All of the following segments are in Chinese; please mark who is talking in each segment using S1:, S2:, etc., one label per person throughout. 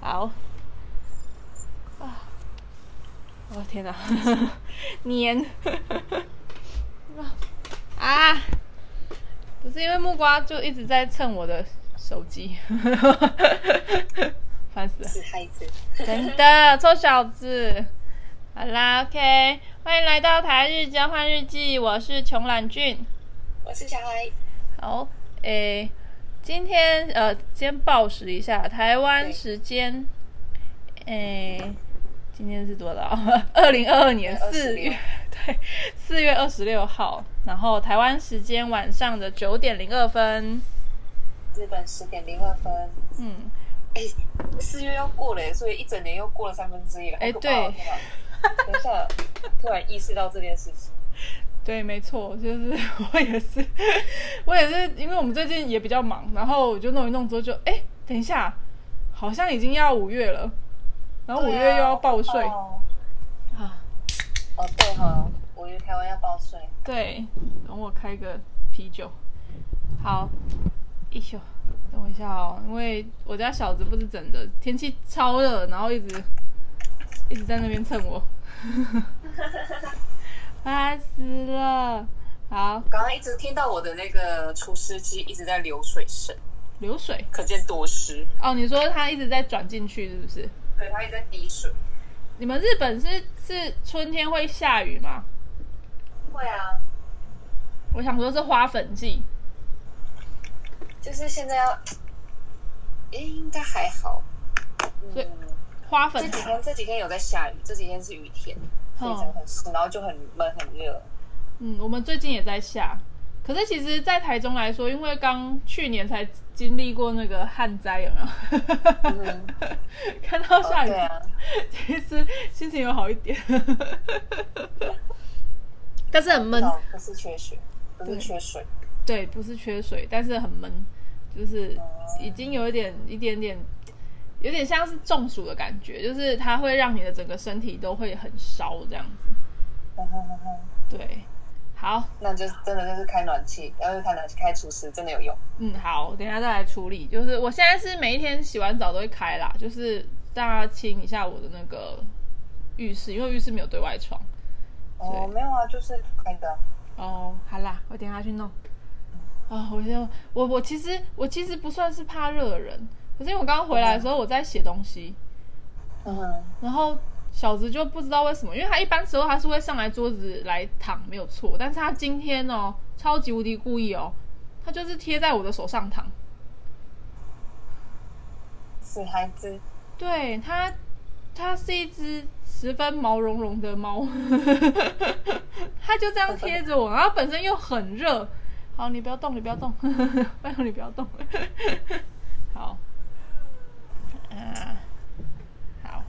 S1: 好。啊！我的天哪，黏！啊！不是因为木瓜就一直在蹭我的手机，烦死了！
S2: 是孩子，
S1: 真的，臭小子。好啦，OK，欢迎来到台日交换日记，我是穷懒俊。
S2: 我是小孩，
S1: 好，诶，今天呃，先报时一下，台湾时间，诶，今天是多少？ 二零二二年四月， 对，四月二十六号，然后台湾时间晚上的九点零二分，
S2: 日本十点零二分，
S1: 嗯，
S2: 哎，四月要过了耶，所以一整年又过了三分之一了，好
S1: 哎
S2: 可怕哦
S1: 对
S2: 天哪等一下，突然意识到这件事情，
S1: 对，没错，就是 我也是，我也是，因为我们最近也比较忙，然后我就弄一弄之后就，哎，等一下，好像已经要五月了，然后五月又要报税
S2: 对啊哦
S1: 啊
S2: 哦，对哈，五月台湾要报税，
S1: 对，等我开个啤酒。好，一宿，等我一下哦，因为我家小子不是整的，天气超热，然后一直一直在那边蹭我， 烦死了。好，
S2: 刚刚一直听到我的那个除湿机一直在流水声，
S1: 流水
S2: 可见多湿，
S1: 哦，你说它一直在转进去是不是？
S2: 对，它一直在滴水，
S1: 你们日本是是春天会下雨吗？
S2: 会啊，
S1: 我想说是花粉季，
S2: 就是现在要，哎，应该还好，
S1: 所以
S2: 嗯。
S1: 花粉
S2: 这几天这几天有在下雨，这几天是雨天，所以真的很
S1: 哦
S2: 湿，然后就很闷很热。
S1: 嗯，我们最近也在下，可是其实，在台中来说，因为刚去年才经历过那个旱灾，有没有？
S2: 嗯
S1: 看到
S2: 哦
S1: 下雨，
S2: 对啊，
S1: 其实心情有好一点， 但是很闷。
S2: 哦不是缺水，不是缺水，
S1: 对，不是缺水，但是很闷，就是已经有一点一点点，有点像是中暑的感觉，就是它会让你的整个身体都会很烧这样子。
S2: 嗯哼哼哼
S1: 对，好，
S2: 那就真的就是开暖气，然后开暖气开除湿真的有用。
S1: 嗯，好，等一下再来处理。就是我现在是每一天洗完澡都会开啦，就是大家清一下我的那个浴室，因为浴室没有对外窗。
S2: 哦，没有啊，就是开的啊。
S1: 哦，好啦，我等一下去弄。啊、我就我我其实我其实不算是怕热的人，可是因为我刚刚回来的时候我在写东西，
S2: 嗯哼，
S1: 然后小子就不知道为什么，因为他一般时候他是会上来桌子来躺，没有错。但是他今天哦，超级无敌故意哦，他就是贴在我的手上躺。
S2: 死孩子，
S1: 对它，它是一只十分毛茸茸的猫， 它就这样贴着我，然后本身又很热。好，你不要动，你不要动， 拜托你不要动。 好，啊，好，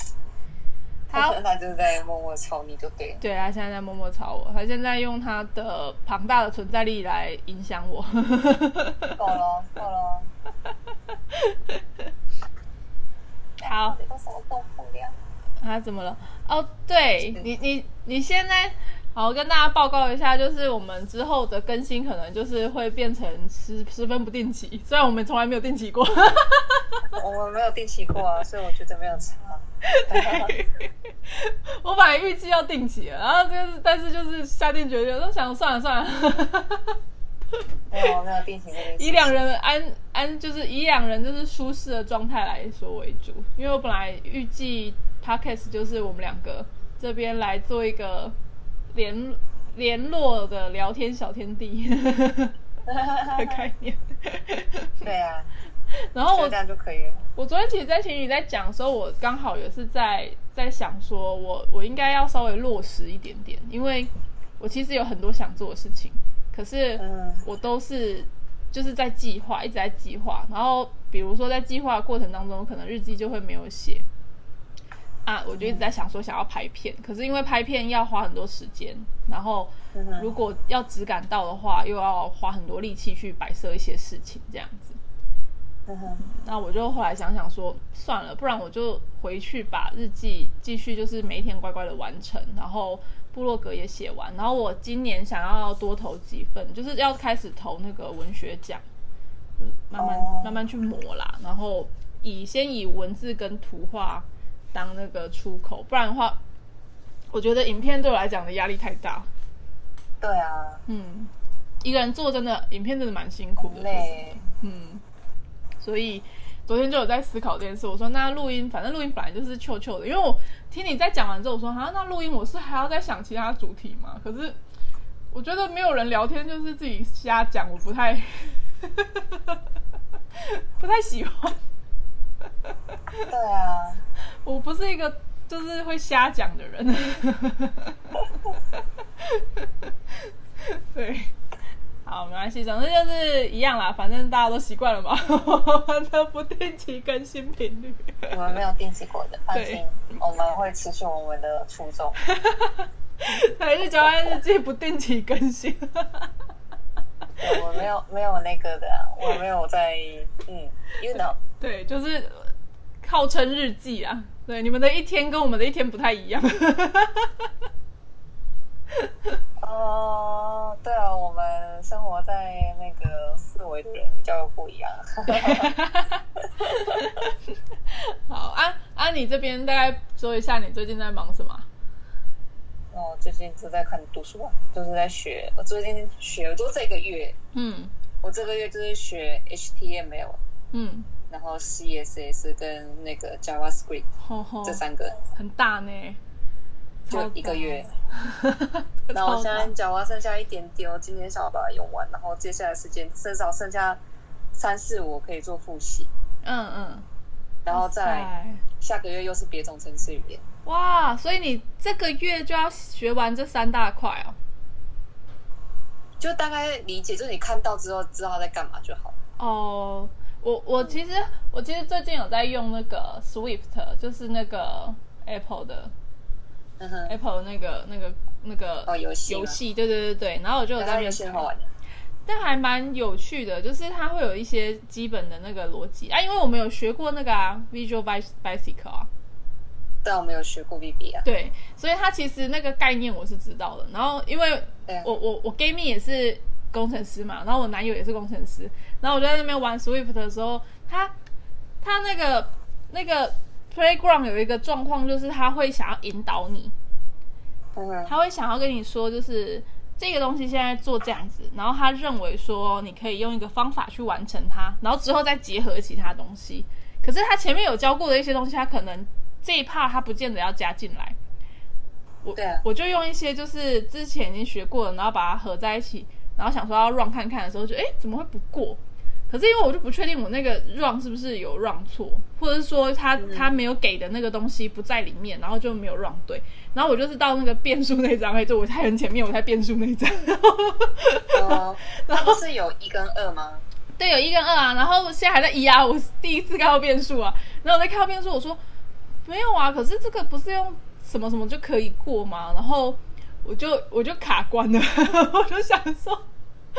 S1: 好，
S2: 他就是在默默操你就对了。
S1: 对，他现在在默默吵我，他现在用他的庞大的存在力来影响我。
S2: 够了，够了。
S1: 好
S2: 到。底为什么动不了？
S1: 啊，怎么了？哦，对你，你，你现在好，我跟大家报告一下，就是我们之后的更新可能就是会变成十十分不定期，虽然我们从来没有定期过。
S2: 我们没有定期过啊，所以我觉得没有 差。
S1: 我本来预计要定期了，然后就是，但是就是下定决心，都想算了算了，
S2: 没有，没有定期这件事
S1: 以两人安安就是以两人就是舒适的状态来说为主，因为我本来预计 podcast 就是我们两个这边来做一个联联络的聊天小天地。的概念。
S2: 对啊，
S1: 然后
S2: 就
S1: 我
S2: 这样就可以了。
S1: 我昨天其实，在情侣在讲的时候，我刚好也是在在想说我，我应该要稍微落实一点点，因为我其实有很多想做的事情，可是
S2: 嗯，
S1: 我都是就是在计划，一直在计划。然后比如说在计划的过程当中，可能日记就会没有写。啊，我就一直在想说想要拍片，可是因为拍片要花很多时间，然后
S2: 嗯哼
S1: 如果要只赶到的话，又要花很多力气去摆设一些事情，这样子。
S2: 嗯哼，
S1: 那我就后来想想说，算了，不然我就回去把日记继续，就是每一天乖乖的完成，然后部落格也写完，然后我今年想要多投几份，就是要开始投那个文学奖，就是慢慢、
S2: 哦
S1: 慢慢去磨啦，然后以先以文字跟图画当那个出口，不然的话，我觉得影片对我来讲的压力太大。
S2: 对啊，
S1: 嗯，一个人做真的影片真的蛮辛苦的，说实
S2: 累。
S1: 嗯，所以昨天就有在思考这件事。我说那录音，反正录音本来就是臭臭的，因为我听你在讲完之后，我说啊，那录音我是还要再想其他主题嘛？可是我觉得没有人聊天，就是自己瞎讲，我不太 不太喜欢。
S2: 对啊，
S1: 我不是一个就是会瞎讲的人。 对，好，没关系，总之就是一样啦，反正大家都习惯了嘛，我们的不定期更新频率。
S2: 我们没有定期过的，放
S1: 对
S2: 心，我们会持续我们的初衷。
S1: 还是交换日记不定期更新。
S2: 对，我没有没有那个的啊，我没有在，嗯，you know，
S1: 对，就是号称日记啊。对，你们的一天跟我们的一天不太一样。
S2: 哦，对啊，我们生活在那个四维的人比较不一样。
S1: 好，安、安，你这边大概说一下你最近在忙什么啊？
S2: 那我最近都在看读书啊，就是在学，我最近学，我就这个月，
S1: 嗯
S2: 我这个月就是学 HTML，
S1: 嗯，
S2: 然后 CSS 跟那个 JavaScript
S1: 吼吼
S2: 这三个，
S1: 很大呢，超
S2: 就
S1: 大
S2: 一个月。。
S1: 那
S2: 那我现在脚蛙剩下一点点，我今天想要把它用完，然后接下来时间至少剩下三四五可以做复习，
S1: 嗯嗯，
S2: 然后再
S1: 哇
S2: 来
S1: 塞
S2: 下个月又是别种城市语言。
S1: 哇，所以你这个月就要学完这三大块哦。
S2: 就大概理解，就是你看到之后知道他在干嘛就好了。
S1: 哦，我我其实我其实最近有在用那个 Swift，就是那个 Apple 的
S2: 嗯哼，
S1: Apple 那个那个那个
S2: 哦，游戏吗
S1: 游，戏，对对对对。然后我就有
S2: 对
S1: 在
S2: 它
S1: 那
S2: 游
S1: 边
S2: 戏很
S1: 看
S2: 好玩的。
S1: 但还蛮有趣的，就是它会有一些基本的那个逻辑啊，因为我们有学过那个啊 Visual Bic- Basic 啊，
S2: 但我没有学过 B B 啊。
S1: 对，所以它其实那个概念我是知道的。然后因为
S2: 对啊
S1: 我我我 gay 蜜也是工程师嘛，然后我男友也是工程师，然后我就在那边玩 Swift 的时候，他他那个那个 playground 有一个状况，就是他会想要引导你，
S2: 嗯哼，
S1: 他会想要跟你说，就是这个东西现在做这样子，然后他认为说你可以用一个方法去完成它，然后之后再结合其他东西。可是他前面有教过的一些东西，他可能这一 part 他不见得要加进来。我
S2: 对啊
S1: 我就用一些就是之前已经学过的，然后把它合在一起，然后想说要 run 看看的时候就，诶哎怎么会不过？可是因为我就不确定我那个 run 是不是有 run 错，或者是说他他没有给的那个东西不在里面，然后就没有 run 对。然后我就是到那个变数那一张，哎，就我在很前面，我在变数那一张。
S2: 哦，它不是有一跟二吗？
S1: 对，有一跟二啊，然后现在还在一啊，我是第一次看到变数啊，然后我在看到变数，我说没有啊，可是这个不是用什么什么就可以过吗？然后我就我就卡关了， 我就想说，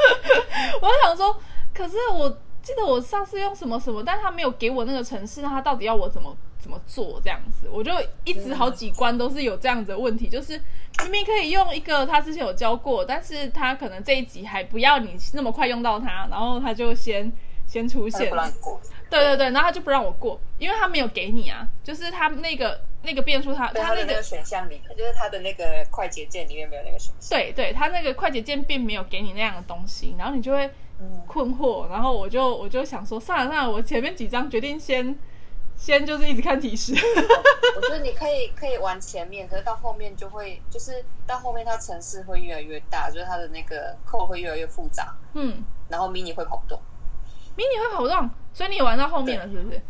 S1: 我就想说，可是我记得我上次用什么什么，但他没有给我那个程式，那他到底要我怎么怎么做这样子？我就一直好几关都是有这样子的问题，就是明明可以用一个他之前有教过，但是他可能这一集还不要你那么快用到它，然后他就先先出
S2: 它就
S1: 现
S2: 呃不
S1: 了
S2: 让。过。
S1: 对对对，然后他就不让我过，因为他没有给你啊，就是他那个那个变数他，
S2: 对，
S1: 他
S2: 它的
S1: 那
S2: 那个
S1: 个
S2: 选项里，就是它的那个快捷键里面没有那个选项。
S1: 对对，他那个快捷键并没有给你那样的东西，然后你就会
S2: 嗯，
S1: 困惑，然后我就我就想说，算了算了，我前面几张决定先先就是一直看提 示，
S2: 我觉得你可以可以玩前面，可是到后面就会，就是到后面它城市会越来越大，就是它的那个扣会越来越复杂，
S1: 嗯，
S2: 然后 mini 会跑不动。
S1: 迷你会跑动，所以你也玩到后面了是不是？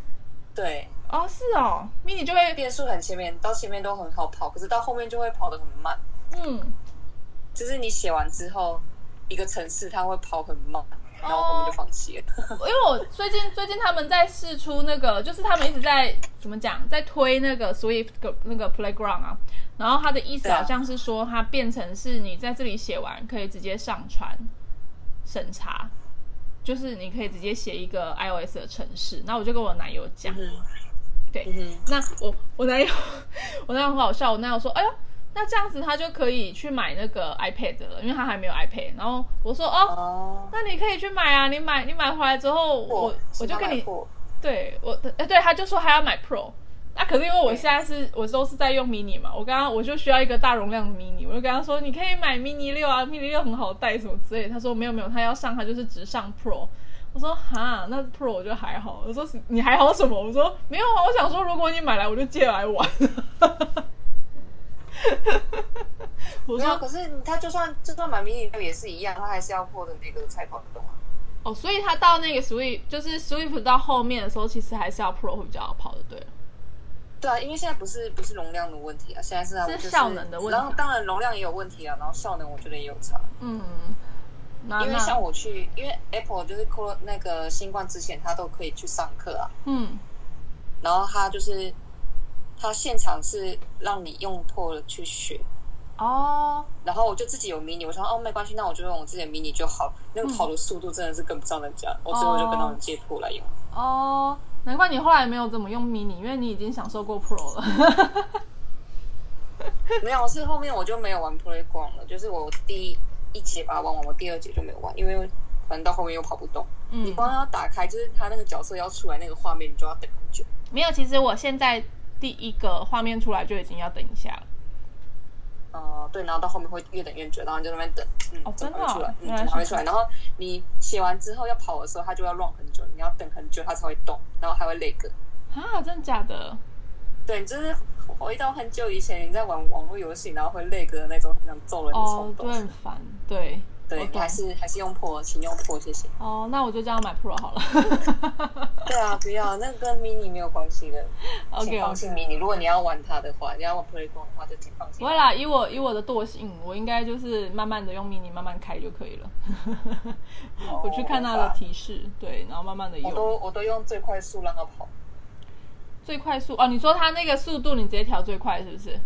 S2: 对，
S1: 哦，是哦，迷你就会
S2: 变速很前面，到前面都很好跑，可是到后面就会跑得很慢。
S1: 嗯，
S2: 就是你写完之后，一个城市它会跑很慢，然后后面就放弃了。
S1: 因为我最近最近他们在试出那个，就是他们一直在怎么讲，在推那个 Swift 个那个 Playground 啊，然后他的意思
S2: 对啊
S1: 好像是说，它变成是你在这里写完可以直接上传审查，就是你可以直接写一个 iOS 的程式。那我就跟我男友讲，
S2: 嗯，
S1: 对
S2: 嗯
S1: 那我我男友 我男友很好笑，我男友说，哎呦。那这样子他就可以去买那个 iPad 了，因为他还没有 iPad。然后我说哦
S2: 哼，，哦，
S1: 那你可以去买啊，你买你买回来之后，我
S2: 我
S1: 我就跟你
S2: 过，
S1: 对我，哎，对，他就说他要买 Pro，那、可是因为我现在是我都是在用 mini 嘛，我刚刚我就需要一个大容量的 mini，我就跟他说你可以买 mini 六啊，mini 六很好带什么之类的，他说没有没有，他要上他就是只上 Pro。我说哈，那 Pro 我就还好。我说你还好什么？我说没有啊，我想说如果你买来我就借来玩。 我
S2: 没有，
S1: 说
S2: 可是他就算就算买迷你六也是一样，他还是要获得那个采购的嘛。
S1: 哦，所以他到那个 Swift 就是 Swift 到后面的时候，其实还是要 Pro 会比较好跑的，对了。
S2: 对啊，因为现在不是不是容量的问题啊，现在是他们就是
S1: 效能的问题啊
S2: 然后当然容量也有问题啊，然后效能我觉得也有差。
S1: 嗯，那
S2: 因为
S1: 啊那
S2: 像我去，因为 Apple 就是 Cor 那个新冠之前，他都可以去上课啊。
S1: 嗯
S2: 然后他就是他现场是让你用破了去学。
S1: 哦，
S2: 然后我就自己有 mini，我想哦没关系，那我就用我自己的 mini 就好。那
S1: 嗯
S2: 个跑的速度真的是跟不上人家，我最后就跟他们借破来用。
S1: 哦，难怪你后来没有怎么用 mini，因为你已经享受过 pro 了。
S2: 没有，啊是后面我就没有玩 Playground 了，就是我第一节把它玩完，我第二节就没有玩，因为反正到后面又跑不动。你
S1: 嗯，
S2: 光要打开，就是他那个角色要出来那个画面，你就要等很久。
S1: 没有，其实我现在第一个画面出来就已经要等一下了。
S2: 哦、对，然后到后面会越等越久，然后你就在那边等，
S1: 哦
S2: 嗯，怎
S1: 真
S2: 么
S1: 的
S2: 会出来
S1: 哦？
S2: 嗯，
S1: 原来
S2: 怎
S1: 是
S2: 么会出来？然后你写完之后要跑的时候，它就要乱很久，你要等很久它才会动，然后还会累个。
S1: 啊，真的假的？
S2: 对，你就是回到很久以前你在玩网络游戏，然后会累个的那种很想揍人的
S1: 哦
S2: 冲，
S1: 对，
S2: 动。
S1: 很烦，对，我
S2: 对，你
S1: 懂
S2: 还。是还是用破，请用破，谢谢。
S1: 哦，那我就这样买 pro 好了。
S2: 对啊，不要，那跟 mini 没有关系的。
S1: OK
S2: 请放
S1: OK。
S2: 弃 mini，如果你要玩它的话，你要玩 Playground 的话，就请放弃
S1: 不。会啦，以我以我的惰性，我应该就是慢慢的用 mini 慢慢开就可以了。
S2: 哦
S1: 我去看它的提示，对，然后慢慢的
S2: 我
S1: 用。
S2: 都我都用最快速让它跑。
S1: 最快速哦，你说它那个速度你直接调最快是不是？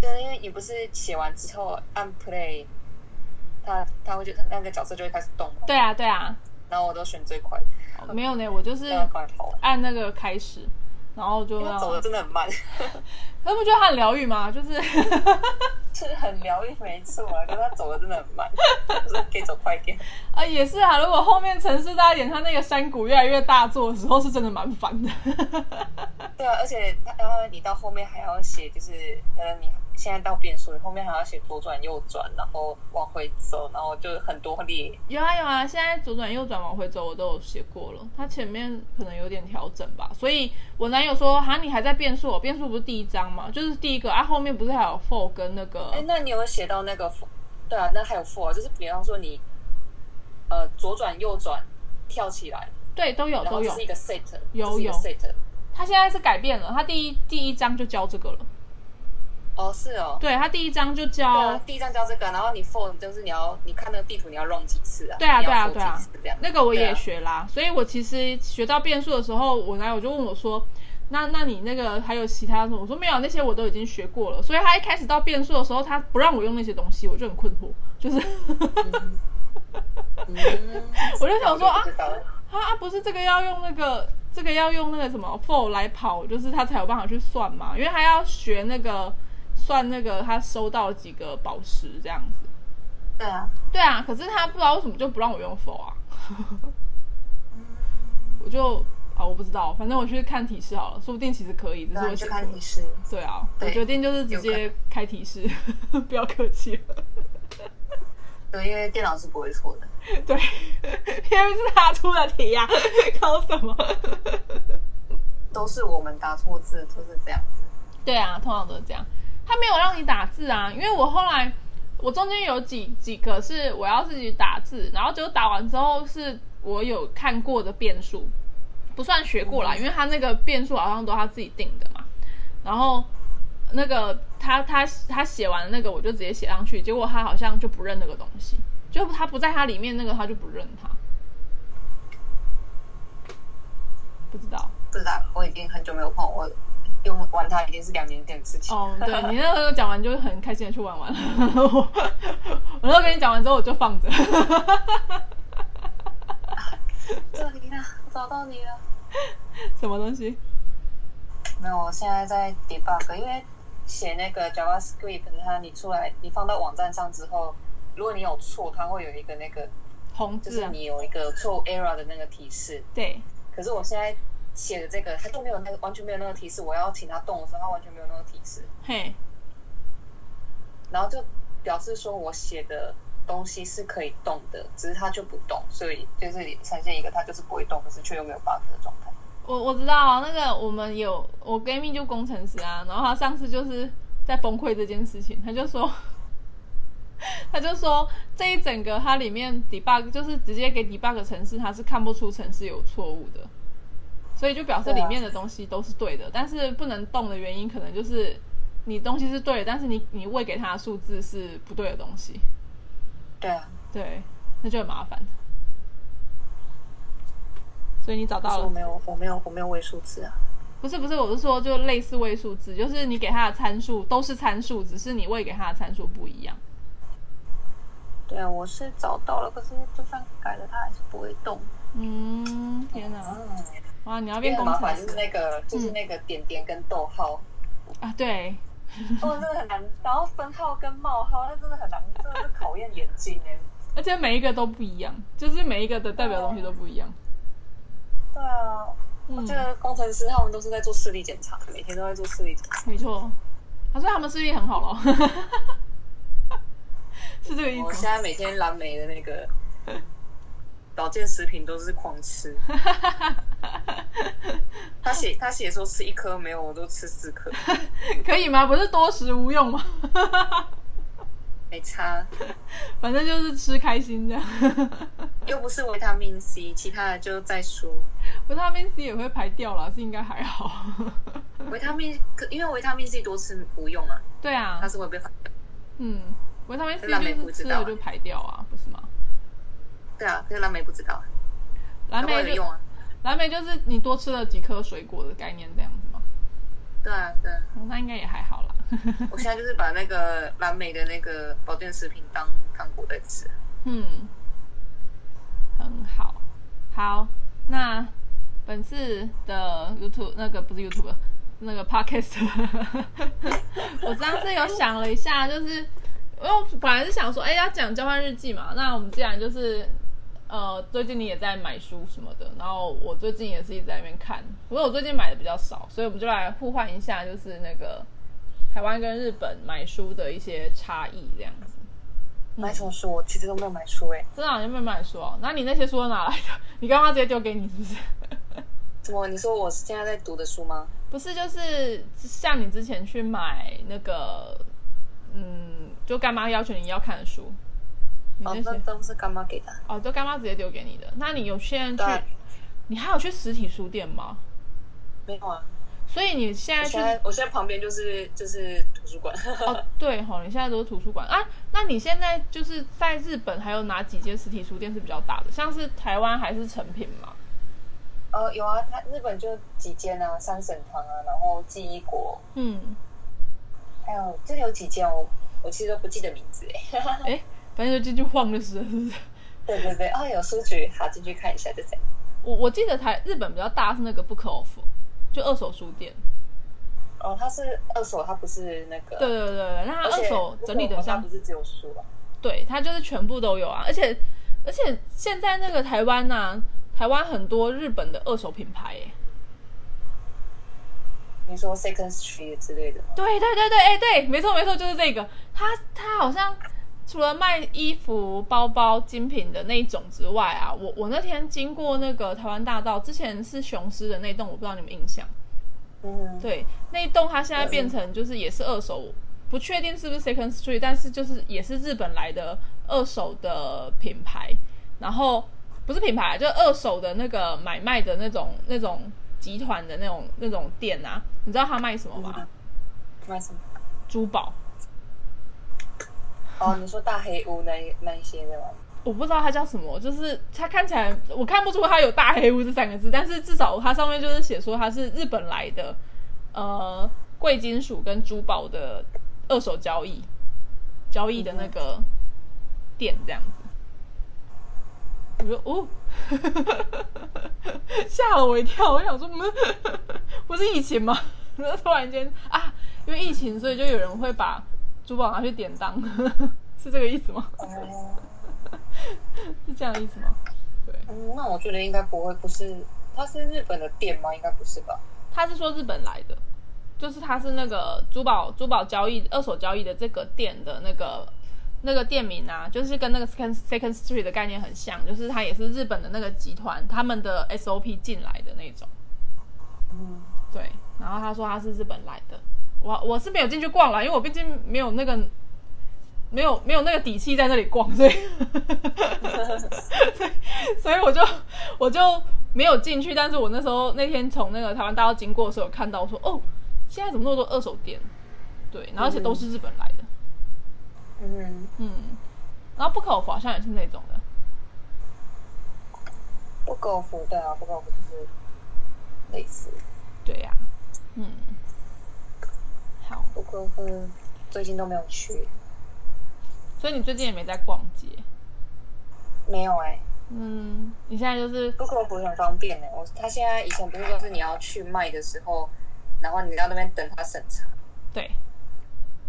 S2: 对，因为你不是写完之后按 play，它它会就那个角色就会开始动嘛。
S1: 对啊，对啊，
S2: 然后我都选最快，
S1: 哦没有呢，我就是
S2: 让它快跑完。
S1: 按那个开始，然后就
S2: 因为它
S1: 让。
S2: 走的真的很慢，
S1: 他不觉得它很疗愈吗？就是
S2: 是很疗愈，没错啊。可是它走的真的很慢，就是可以走快一点。
S1: 啊，也是啊。如果后面城市大一点，它那个山谷越来越大做的时候，是真的蛮烦的。
S2: 对啊，而且它然后你到后面还要写，就是呃，你现在到变数，你后面还要写左转、右转，然后往回走，然后就很多列。
S1: 有啊有啊，现在左转右转往回走我都有写过了，它前面可能有点调整吧，所以我男友说哈你还在变数哦，变数不是第一章嘛，就是第一个啊，后面不是还有 for 跟那个
S2: 哎、那你有写到那个 for- 对啊，那还有 for，就是比方说你呃左转、右转跳起来，
S1: 对都有
S2: 然后
S1: 都
S2: 这
S1: 有
S2: 是，一个 set，
S1: 有
S2: 这是一个
S1: 有
S2: set。
S1: 他现在是改变了，他第一第一章就教这个了，
S2: 哦，是哦。
S1: 对他第一章就
S2: 对
S1: 教
S2: 啊，第一张教这个，然后你 for 就是你要你看那个地图，你要 run 几次啊？
S1: 对啊
S2: 你要
S1: 对啊对
S2: for
S1: 啊
S2: 几次这样。
S1: 那个我
S2: 对
S1: 也
S2: 啊
S1: 学啦，所以我其实学到变数的时候，我男友就问我说：“那那你那个还有其他什么？”我说：“没有，那些我都已经学过了。”所以他一开始到变数的时候，他不让我用那些东西，我就很困惑，就是
S2: 嗯，
S1: 我就想说啊
S2: 不知道了
S1: 啊啊，不是这个要用那个这个要用那个什么 for 来跑，就是他才有办法去算嘛，因为他要学那个算那个他收到几个宝石这样子。
S2: 对啊。
S1: 对啊，可是他不知道为什么就不让我用 for 啊。 我就啊，我不知道，反正我去看提示好了，说不定其实可以，只是
S2: 那
S1: 我
S2: 啊
S1: 写
S2: 你就
S1: 错
S2: 看
S1: 了
S2: 你。是。
S1: 对啊，
S2: 对
S1: 我决定就是直
S2: 有可
S1: 接开提示， 不要客气 了。
S2: 对，因为电脑是不会错的。
S1: 对， 因为是他出的题呀、搞什么？
S2: 都是我们打错字，都是这样子。
S1: 对啊，通常都是这样。他没有让你打字啊，因为我后来我中间有几几个是我要自己打字，然后就打完之后是我有看过的变数，不算学过啦，因为他那个变数好像都他自己定的嘛。然后那个他他他写完那个我就直接写上去，结果他好像就不认那个东西，就他不在他里面那个他就不认他，不知道。
S2: 不知道，我已经很久没有碰，我用玩它已经是两年前的事情。
S1: 哦，对你那时候讲完就很开心的去玩 玩了，我我那时候跟你讲完之后我就放着，
S2: 这里呢，我找到你了。
S1: 什么东西？
S2: 没有，我现在在 debug，因为写那个 JavaScript，它你出来，你放到网站上之后，如果你有错，它会有一个那个，
S1: 红
S2: 就
S1: 字
S2: 是
S1: 啊，
S2: 你有一个错 error 的那个提示。
S1: 对，
S2: 可是我现在写的这个，他就没有那个完全没有那个提示。我要请他动的时候，他完全没有那个提示，
S1: 嘿，
S2: 然后就表示说我写的东西是可以动的，只是他就不动，所以就是呈现一个他就是不会动，可是却又没有 bug 的状态。
S1: 我我知道啊，那个我们有我闺蜜就工程师啊，然后她上次就是在崩溃这件事情，她就说， 她就说这一整个它里面 debug 就是直接给 debug 程式，它是看不出程式有错误的，所以就表示
S2: 对
S1: 里
S2: 啊
S1: 面的东西都是对的，但是不能动的原因可能就是你东西是对的，但是你你喂给它的数字是不对的东西，
S2: 对啊，
S1: 对，那就很麻烦。所以你找
S2: 可
S1: 到
S2: 是
S1: 了
S2: 我？没有，我没有，我没有位数字啊。
S1: 不是不是，我是说就类似位数字，就是你给它的参数都是参数，只是你喂给它的参数不一样。
S2: 对啊，我是找到了，可是就算改了，它还是不会动。
S1: 嗯，天哪，
S2: 嗯，
S1: 哇，你要
S2: 因
S1: 变
S2: 为很
S1: 工
S2: 麻
S1: 程
S2: 烦就是
S1: 师
S2: 那个，就是那个点点跟逗 号，
S1: 啊？对，
S2: 哦，真的很难。然后分号跟冒号，那真的很难，真的是考验眼睛哎。
S1: 而且每一个都不一样，就是每一个的代表东西都不一样。
S2: 对啊，我
S1: 嗯
S2: 觉，得工程师他们都是在做视力检查，每天都在做视力检查。
S1: 没错。他说他们视力很好咯， 是这个意
S2: 我
S1: 思
S2: 现
S1: 吗？
S2: 在每天蓝莓的那 个保健食品都是狂 吃。他写他写说吃一颗没有，我都吃四颗，
S1: 可以吗？不是多食无用吗？
S2: 没差。
S1: 反正就是吃开心这样。
S2: 又不是维他命 C，其他的就再说。
S1: 维他命 C 也会排掉啦，是应该还好。嗯
S2: 维他命，可因为维他命 C 多吃无用啊，
S1: 对啊，
S2: 它是会被反应。
S1: 嗯，维他命 C
S2: 蓝莓
S1: 就
S2: 不
S1: 是
S2: 知
S1: 吃
S2: 道
S1: 了
S2: 啊
S1: 就排掉啊，不是吗？
S2: 对啊，可是蓝莓不知道，
S1: 蓝
S2: 搞不好
S1: 莓
S2: 有
S1: 就
S2: 用啊。
S1: 蓝莓就是你多吃了几颗水果的概念这样子吗？
S2: 对啊，对啊。
S1: 哦那应该也还好啦。
S2: 我现在就是把那个蓝莓的那个保健食品当糖果在吃。
S1: 嗯，很好，好，那本次的 YouTube 那个不是 YouTube 那个 Podcast，我上次有想哎了一下，就是因为我本来是想说，哎、要讲交换日记嘛，那我们既然就是。呃，最近你也在买书什么的，然后我最近也是一直在那边看，不过我最近买的比较少，所以我们就来互换一下，就是那个台湾跟日本买书的一些差异这样子。嗯
S2: 买什么书？我其实都没有买书哎、
S1: 真的好像没买书哦。那你那些书都哪来的？ 你干妈直接丢给你是不是？
S2: 怎么？你说我现在在读的书吗？
S1: 不是，就是像你之前去买那个，嗯，就干妈要求你要看的书，你
S2: 哦
S1: 那，些
S2: 那都是干妈给的。啊
S1: 哦都干妈直接丢给你的。那你有现在
S2: 对啊
S1: 去，你还有去实体书店吗？
S2: 没有啊，
S1: 所以你现
S2: 我
S1: 在去
S2: 现在我现在旁边就是就是图书 馆。
S1: 哦，对吼，你现在都是图书馆啊？那你现在就是在日本还有哪几间实体书店是比较大的？像是台湾还是成品嘛？
S2: 呃，有啊，它日本就几间啊，三省堂啊，然后记忆国，
S1: 嗯，
S2: 还有这里有几间我我其实都不记得名字哎。
S1: 哎，反正就进去晃就是了，是不是？
S2: 对对对，哦，有书局，好进去看一下，就这样。
S1: 我我记得台日本比较大是那个 Book Off，就二手书店。
S2: 哦，它是二手，它不是那个。
S1: 对对对对，那它
S2: 而且
S1: 二手整理的
S2: 它
S1: 像
S2: 不，是只有书啊。
S1: 对，它就是全部都有啊。而且而且现在那个台湾呐、台湾很多日本的二手品牌耶。
S2: 你说 Second Street 之类的吗？
S1: 对对对对，哎、对，没错没错，就是这个。它它好像除了卖衣服、包包、精品的那一种之外啊，我我那天经过那个台湾大道，之前是雄狮的那栋，我不知道你们印象。
S2: 嗯，
S1: 对，那一栋它现在变成就是也是二手，不确定是不是 Second Street，但是就是也是日本来的二手的品牌，然后不是品牌，啊就二手的那个买卖的那种那种集团的那种那种店啊，你知道他卖什么吗
S2: 嗯？卖什么？
S1: 珠宝，
S2: 哦，你说大黑屋那一那一些的吗？
S1: 我不知道它叫什么，就是它看起来我看不出它有“大黑屋”这三个字，但是至少它上面就是写说它是日本来的，呃，贵金属跟珠宝的二手交易交易的那个店这样子。我说哦， 吓了我一跳，我想说，嗯， 不是疫情吗？然后突然间啊，因为疫情，所以就有人会把珠宝拿去典当， 是这个意思吗？
S2: 哦，
S1: 是这样的意思吗？对，
S2: 嗯，那我觉得应该不会，不是它是日本的店吗？应该不是吧？
S1: 他是说日本来的，就是他是那个珠宝珠宝交易二手交易的这个店的那个那个店名啊，就是跟那个 Second Second Street 的概念很像，就是它也是日本的那个集团他们的 SOP 进来的那种。
S2: 嗯，
S1: 对，然后他说他是日本来的，我我是没有进去逛啦，因为我毕竟没有那个没有没有那个底气在那里逛，所以所以所以我就我就没有进去。但是我那时候那天从那个台湾大道经过的时候，有看到说哦，现在怎么那么多二手店？对，然后而且都是日本来的，
S2: 嗯，
S1: 嗯，然后不可否好像也是那种的，
S2: 不苟服对啊，不苟服就是类似
S1: 对呀、嗯，好，
S2: 不苟服，最近都没有去，
S1: 所以你最近也没在逛街，
S2: 没有哎、
S1: 嗯，你现在就是
S2: 不苟服很方便呢、我他现在以前不是说是你要去卖的时候，然后你到那边等他审查，
S1: 对。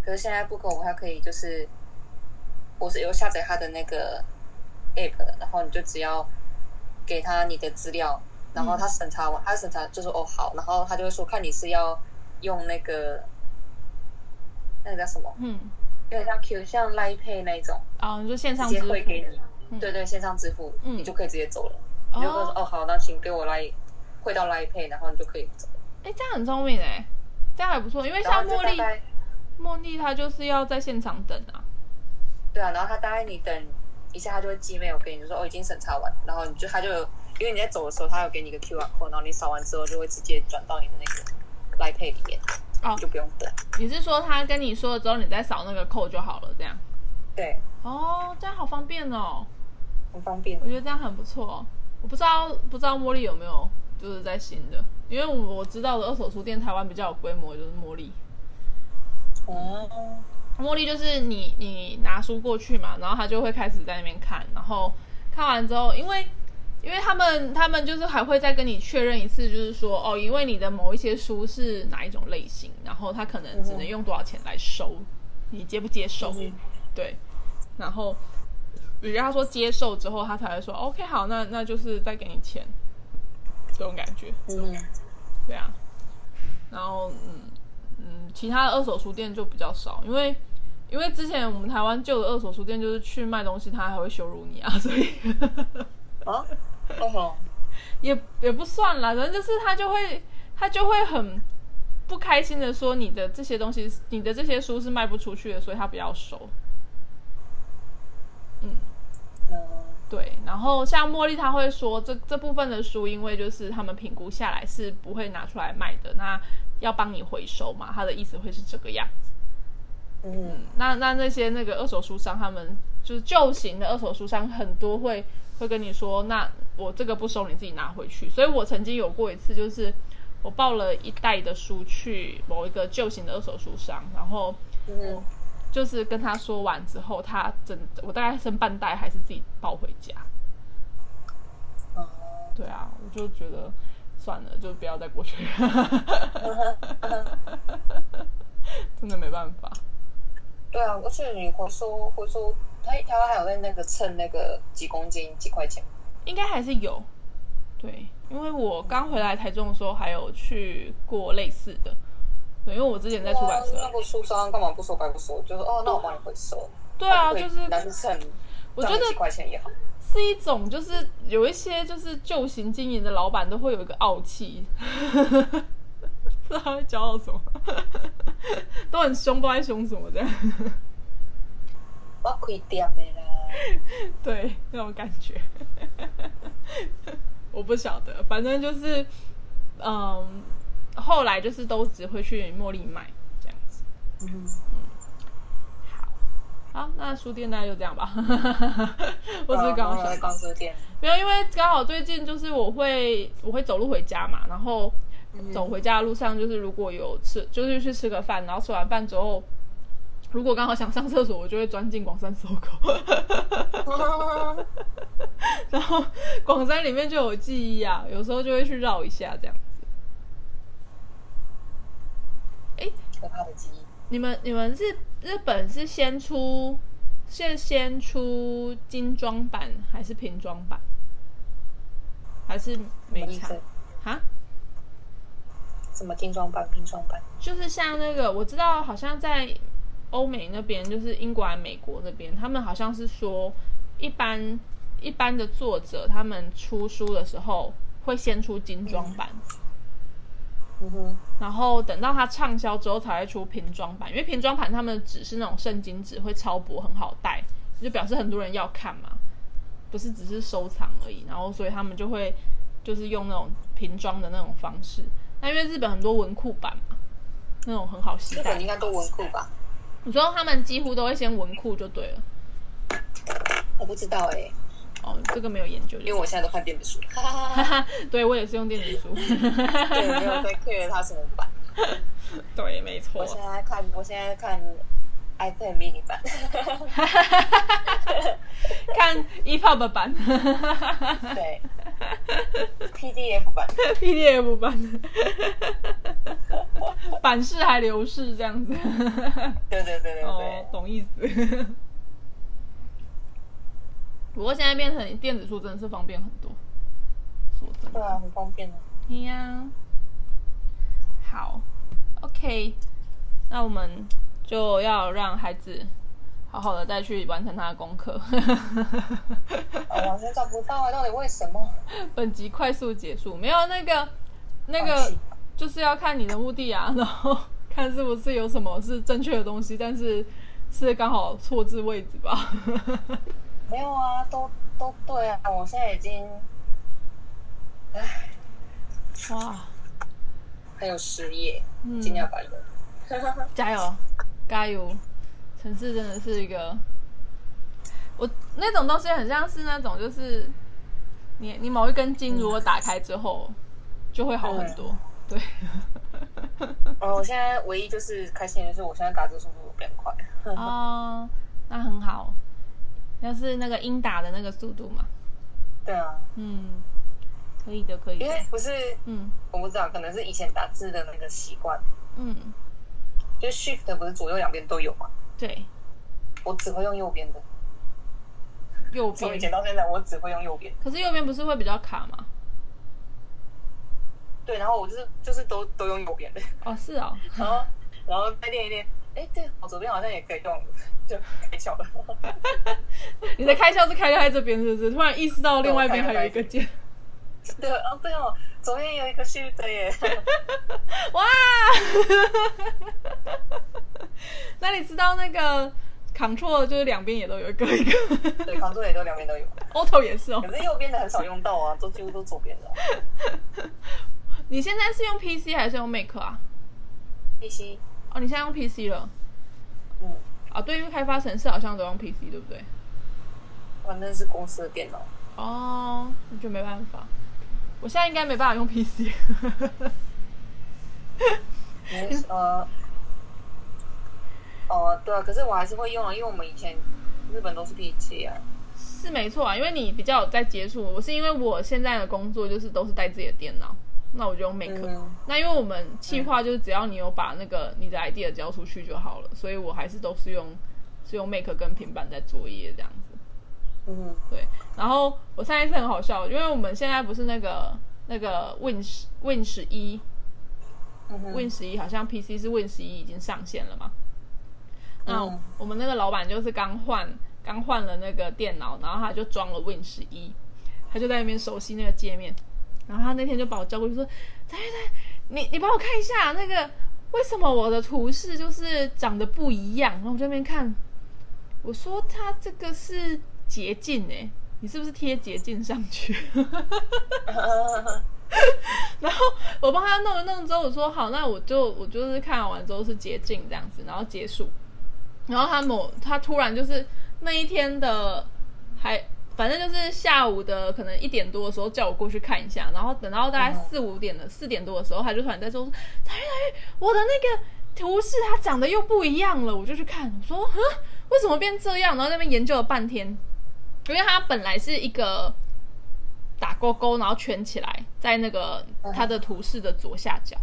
S2: 可是现在不苟服它可以就是，我是有下载它的那个 app，然后你就只要给他你的资料，然后他审查完，他审查就说哦好，然后他就会说看你是要用那个那个叫什么，
S1: 嗯，
S2: 有点像 Q 像 Line Pay 那一种，
S1: 哦，你说线
S2: 直
S1: 上
S2: 接
S1: 支付，
S2: 汇给你，
S1: 嗯
S2: 对对，线上支付，
S1: 嗯
S2: 你就可以直接走了。你就会说
S1: 哦，
S2: 哦好，那请给我来汇到 Line Pay，然后你就可以走。
S1: 哎、这样很聪明哎，这样还不错，因为
S2: 然后
S1: 像
S2: 你就
S1: 茉
S2: 大
S1: 莉，
S2: 概
S1: 茉莉她就是要在现场等啊，
S2: 对啊，然后他大概你等一下，他就会寄 mail 给你，就说哦已经审查完，然后你就他就有因为你在走的时候，他有给你一个 QR code，然后你扫完之后就会直接转到你的那个 Line Pay 里面，
S1: 哦
S2: 你就不用等。
S1: 你是说她跟你说了之后，你再扫那个扣就好了，这样？
S2: 对，
S1: 哦，这样好方便哦，
S2: 很方便
S1: 我。觉得这样很不错。哦我不知道不知道茉莉有没有就是在新的，因为我我知道的二手书店台湾比较有规模就是茉莉，嗯
S2: 哦，
S1: 茉莉就是你你拿书过去嘛，然后他就会开始在那边看，然后看完之后，因为因为他们他们就是还会再跟你确认一次，就是说哦，因为你的某一些书是哪一种类型，然后他可能只能用多少钱来收，你接不接受？
S2: 嗯
S1: 对，然后比如他说接受之后，他才会说哦 OK 好，那那就是再给你钱，这种感觉。
S2: 嗯，
S1: 对啊，然后嗯嗯，其他的二手书店就比较少，因为因为之前我们台湾旧的二手书店就是去卖东西，他还会羞辱你啊， 所以
S2: 啊，为什么？
S1: 也也不算啦，反正就是他就会他就会很不开心的说你的这些东西，你的这些书是卖不出去的，所以他不要收。
S2: 嗯
S1: 对，然后像茉莉，她会说这这部分的书，因为就是他们评估下来是不会拿出来卖的，那要帮你回收嘛，她的意思会是这个样子。
S2: 嗯
S1: 那那那些那个二手书商，他们就是旧型的二手书商，很多会会跟你说，那我这个不收，你自己拿回去。所以我曾经有过一次，就是我抱了一袋的书去某一个旧型的二手书商，然后
S2: 嗯，
S1: 就是跟他说完之后，他整我大概剩半袋，还是自己抱回家。
S2: 哦，
S1: 对啊，我就觉得算了，就不要再过去， 真的没办法。
S2: 对啊，而且你回收回收，他台湾还有在那个称那个几公斤几块钱，
S1: 应该还是有，对，因为我刚回来台中的时候还有去过类似的，对，因为我之前在出版社
S2: 对啊，那个书商干嘛不收白不收？就说哦，那我帮你回收。
S1: 对啊，
S2: 他
S1: 就
S2: 可以
S1: 是
S2: 拿去称，
S1: 我觉得
S2: 赚几块钱也好。
S1: 是一种，就是有一些就是旧型经营的老板都会有一个傲气， 不知道他在骄傲什么， 都很凶，不知道在凶什么这样，
S2: 我开店的啦，
S1: 对，那种感觉， 我不晓得，反正就是，嗯，后来就是都只会去茉莉买这样子。
S2: 嗯，
S1: 好，那书店大概就这样吧。 我只是刚刚
S2: 在
S1: 想
S2: 刚
S1: 到，
S2: 嗯 说店，
S1: 没有，因为刚好最近就是我会我会走路回家嘛，然后走回家的路上就是如果有吃，就是去吃个饭，然后吃完饭之后，如果刚好想上厕所，我就会钻进广山搜狗， 然后广山里面就有记忆啊，有时候就会去绕一下这样子。
S2: 可怕的记忆。
S1: 你们你们日日本是先出是先出精装版还是平装版，还是没
S2: 什么意
S1: 差
S2: 思？
S1: 啊？
S2: 什么精装版、拼装版？
S1: 就是像那个，我知道好像在欧美那边，就是英国、美国那边，他们好像是说，一般一般的作者他们出书的时候会先出精装版，
S2: 嗯哼，
S1: 然后等到它畅销之后才会出平装版，因为平装版他们的纸是那种圣经纸，会超薄，很好带，就表示很多人要看嘛，不是只是收藏而已。然后所以他们就会就是用那种平装的那种方式。那因为日本很多文库版嘛，那种很好携
S2: 日
S1: 带
S2: 本。应该都文库吧？
S1: 你说他们几乎都会先文库就对了。
S2: 我不知道哎、
S1: 哦，这个没有研究，
S2: 因为我现在都看电子书， 哈哈哈哈。
S1: 哈，对我也是用电子书。
S2: 对，没有在 care 它什么版。
S1: 对，没错
S2: 我。现在看，我现在看 iPad mini 版，
S1: 看 E EPUB 版
S2: 对，PDF 版，
S1: ，PDF 版，版式还流逝这 样子。
S2: 对对对对对
S1: 哦，，懂意思。不过现在变成电子书真的是方便很多，说真的
S2: 对。啊，很方便的。
S1: 对呀。好，OK，那我们就要让孩子好好的再去完成他的功 课。
S2: 哦，我现在找不到啊，到底为什么？
S1: 本集快速结束，没有那个那
S2: 放
S1: 个
S2: 弃
S1: 就是要看你的目的啊， 然后看是不是有什么是正确的东西，但是是刚好错置位置吧。
S2: 没有啊，都都对啊，我现在已经
S1: 哇，
S2: 很有失业，
S1: 嗯
S2: 尽量吧，有。
S1: 加油，加油！城市真的是一个，我那种东西很像是那种，就是你你某一根筋如果打开之后，就会好很多。对，
S2: 哦，我现在唯一就是开心的就是，我现在打字速度变快。
S1: 哦，那很好，那是那个英打的那个速度嘛。
S2: 对啊，
S1: 嗯，可以的，可以
S2: 因
S1: 的
S2: 为。不是
S1: 嗯
S2: 我不知道，可能是以前打字的那个习惯，
S1: 嗯，
S2: 就是 shift 不是左右两边都有嘛，
S1: 对，
S2: 我只会用右边的，
S1: 右
S2: 从以
S1: 边。
S2: 前到现在我只会用右边。
S1: 可是右边不是会比较卡吗？
S2: 对，然后我就是就是都都用右边的，
S1: 哦，是 哦，
S2: 然后然后再练一练，哎，对，我左边好像也可以用，就开窍了。
S1: 你的开销是开在这边，是不是？突然意识到另外一边还有一个键。
S2: 对，哦对哦，左边有一个 shift 耶，
S1: 哇！ 那你知道那个 Control 就是两边也都有一个一个
S2: 对，防座也都两边都有，
S1: ，Auto 也是哦
S2: 可。是右边的很少用到啊，都几乎都左边的。
S1: 你现在是用 PC 还是用 Mac 啊？
S2: 必须，
S1: 哦，你现在用 PC 了
S2: 嗯，
S1: 啊？对，因为开发城市好像都用 PC，对不对？
S2: 反正是公司的电脑。
S1: 哦，那就没办法。我现在应该没办法用 PC。
S2: 嗯呃，哦，对啊，可是我还是会用啊，因为我们以前日本都是 PC 啊。
S1: 是没错啊，因为你比较有在接触。我是因为我现在的工作就是都是带自己的电脑，那我就用 Mac、
S2: 嗯
S1: 那因为我们企划就是只要你有把那个你的 idea 交出去就好了，所以我还是都是用是用 Mac 跟平板在作业这样子。
S2: 嗯，
S1: 对，然后我上一次很好笑，因为我们现在不是那个那个 Win 十 Win 十一
S2: 嗯哼
S1: Win 十一好像 PC 是 Win 十一已经上线了嘛？那
S2: 嗯
S1: 我们那个老板就是刚换刚换了那个电脑，然后他就装了 Win 十一，他就在那边熟悉那个界面，然后他那天就把我叫过去说：“张月丹，你你帮我看一下那个为什么我的图示就是长得不一样？”然后我这边看，我说他这个是捷径哎、你是不是贴捷径上去？
S2: 嗯
S1: 然后我帮他弄一弄之后，我说好，那我就我就是看完之后是捷径这样子，然后结束。然后他某他突然就是那一天的还反正就是下午的可能一点多的时候叫我过去看一下，然后等到大概
S2: 嗯
S1: 四五点的四点多的时候，他就突然在说：“才来，我的那个图示它长得又不一样了。”我就去看，我说：“哼，为什么变这样？”然后在那边研究了半天，因为它本来是一个打勾勾，然后圈起来在那个它的图示的左下角。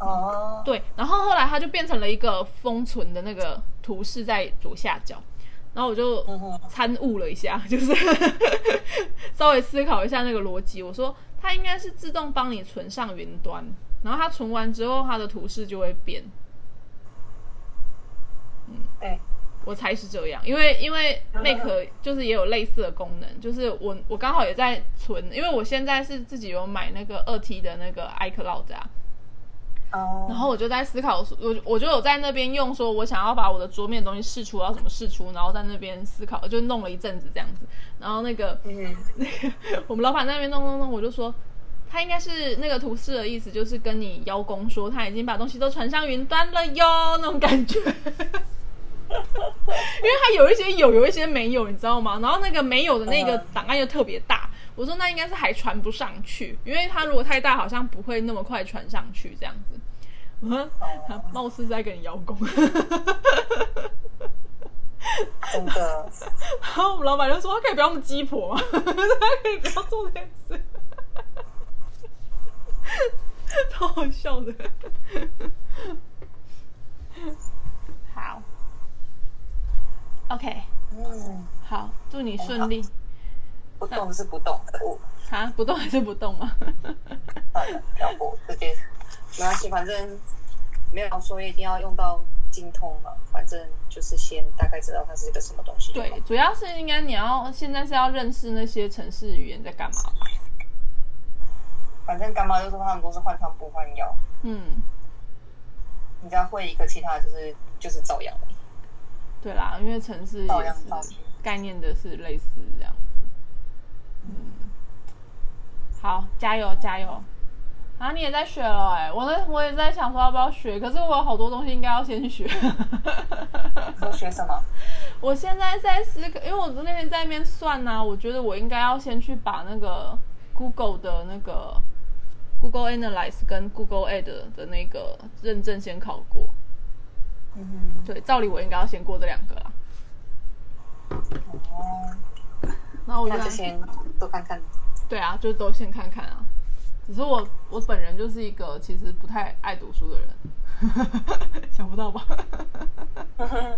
S2: 哦，
S1: 对，然后后来它就变成了一个封存的那个图示在左下角，然后我就
S2: 嗯哼，
S1: 参悟了一下，就是稍微思考一下那个逻辑。我说它应该是自动帮你存上云端，然后它存完之后，它的图示就会变。
S2: 对，
S1: 我猜是这样，因为因为
S2: 嗯
S1: Make 就是也有类似的功能，就是我我刚好也在存，因为我现在是自己有买那个二 T 的那个 iCloud 啊，
S2: 哦，
S1: 然后我就在思考，我我就有在那边用，说我想要把我的桌面的东西试出，我要怎么试出，然后在那边思考，就弄了一阵子这样子，然后那个
S2: 嗯，
S1: 我们老板在那边弄弄弄，我就说他应该是那个图示的意思，就是跟你邀功说他已经把东西都传上云端了哟，那种感觉。因 为他有一些有，有一些没有，你知道吗？然后那个没有的那个
S2: 嗯
S1: 档案又特别大，我说那应该是还传不上去，因为它如果太大，好像不会那么快传上去这样子。我说他貌似在跟你邀功。
S2: 真的，
S1: 然后我们老板就说：“他可以不要那么鸡婆吗？他可以不要做这件事，超好笑的。”好，OK，
S2: 嗯，
S1: 好，祝你顺利。
S2: 不动是不动，可恶，
S1: 啊，不动还是不动吗？
S2: 算了，呃要不直接没关系，反正没有说一定要用到精通嘛，反正就是先大概知道它是一个什么东西。
S1: 对，，主要是应该你要现在是要认识那些城市语言在干嘛吧？
S2: 反正干妈就说他们都是换汤不换药，
S1: 嗯，
S2: 你只要会一个，其他的就是就是照样而已
S1: 对啦，因为城市
S2: 照
S1: 也
S2: 样照
S1: 是
S2: 样。
S1: 概念的是类似这样子。嗯，好，加油加油！啊，你也在学了哎、我在我也在想说要不要学，可是我有好多东西应该要先学。
S2: 你说学什么？
S1: 我现在在思考，因为我那天在那边算呢、我觉得我应该要先去把那个 Google 的那个 Google Analyze 跟 Google Ad 的那个认证先考过。
S2: 嗯
S1: 对，照理我应该要先过这两个啦。
S2: 哼，哦，
S1: 然后我就在
S2: 那就先多看看。
S1: 对啊，就都先看看啊。只是我我本人就是一个其实不太爱读书的人， 想不到吧？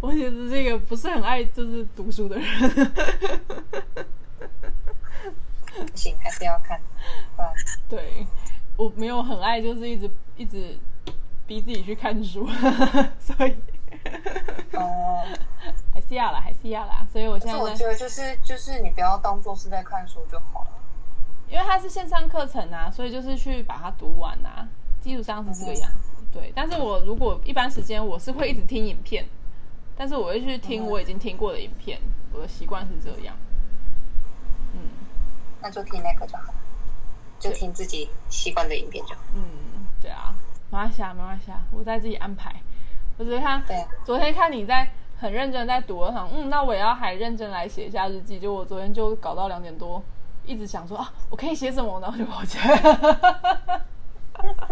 S1: 我其实是一个不是很爱就是读书的人。
S2: 不行，还是要看，啊不然
S1: 对，我没有很爱，就是一直一直逼自己去看书， 所以
S2: 哦。
S1: 还是要啦，还是要啦。所以我
S2: 可
S1: 现
S2: 是我
S1: 在
S2: 觉
S1: 在，
S2: 得就是就是你不要当做是在看书就好了。
S1: 因为它是线上课程啊，所以就是去把它读完啊，基础上哦是这个样子。对，但是我如果一般时间，我是会一直听影片，但是我会去听我已经听过的影片，我的习惯是这样。嗯
S2: 那就听那个就好了，就听自己习惯的影片就好。
S1: 嗯，对啊，没关系啊，没关系啊，我再自己安排。我只是看
S2: 对啊，
S1: 昨天看你在很认真地在读，我想，嗯，那我也要还认真来写一下日记。就我昨天就搞到两点多，一直想说啊，我可以写什么，然后就跑起来了。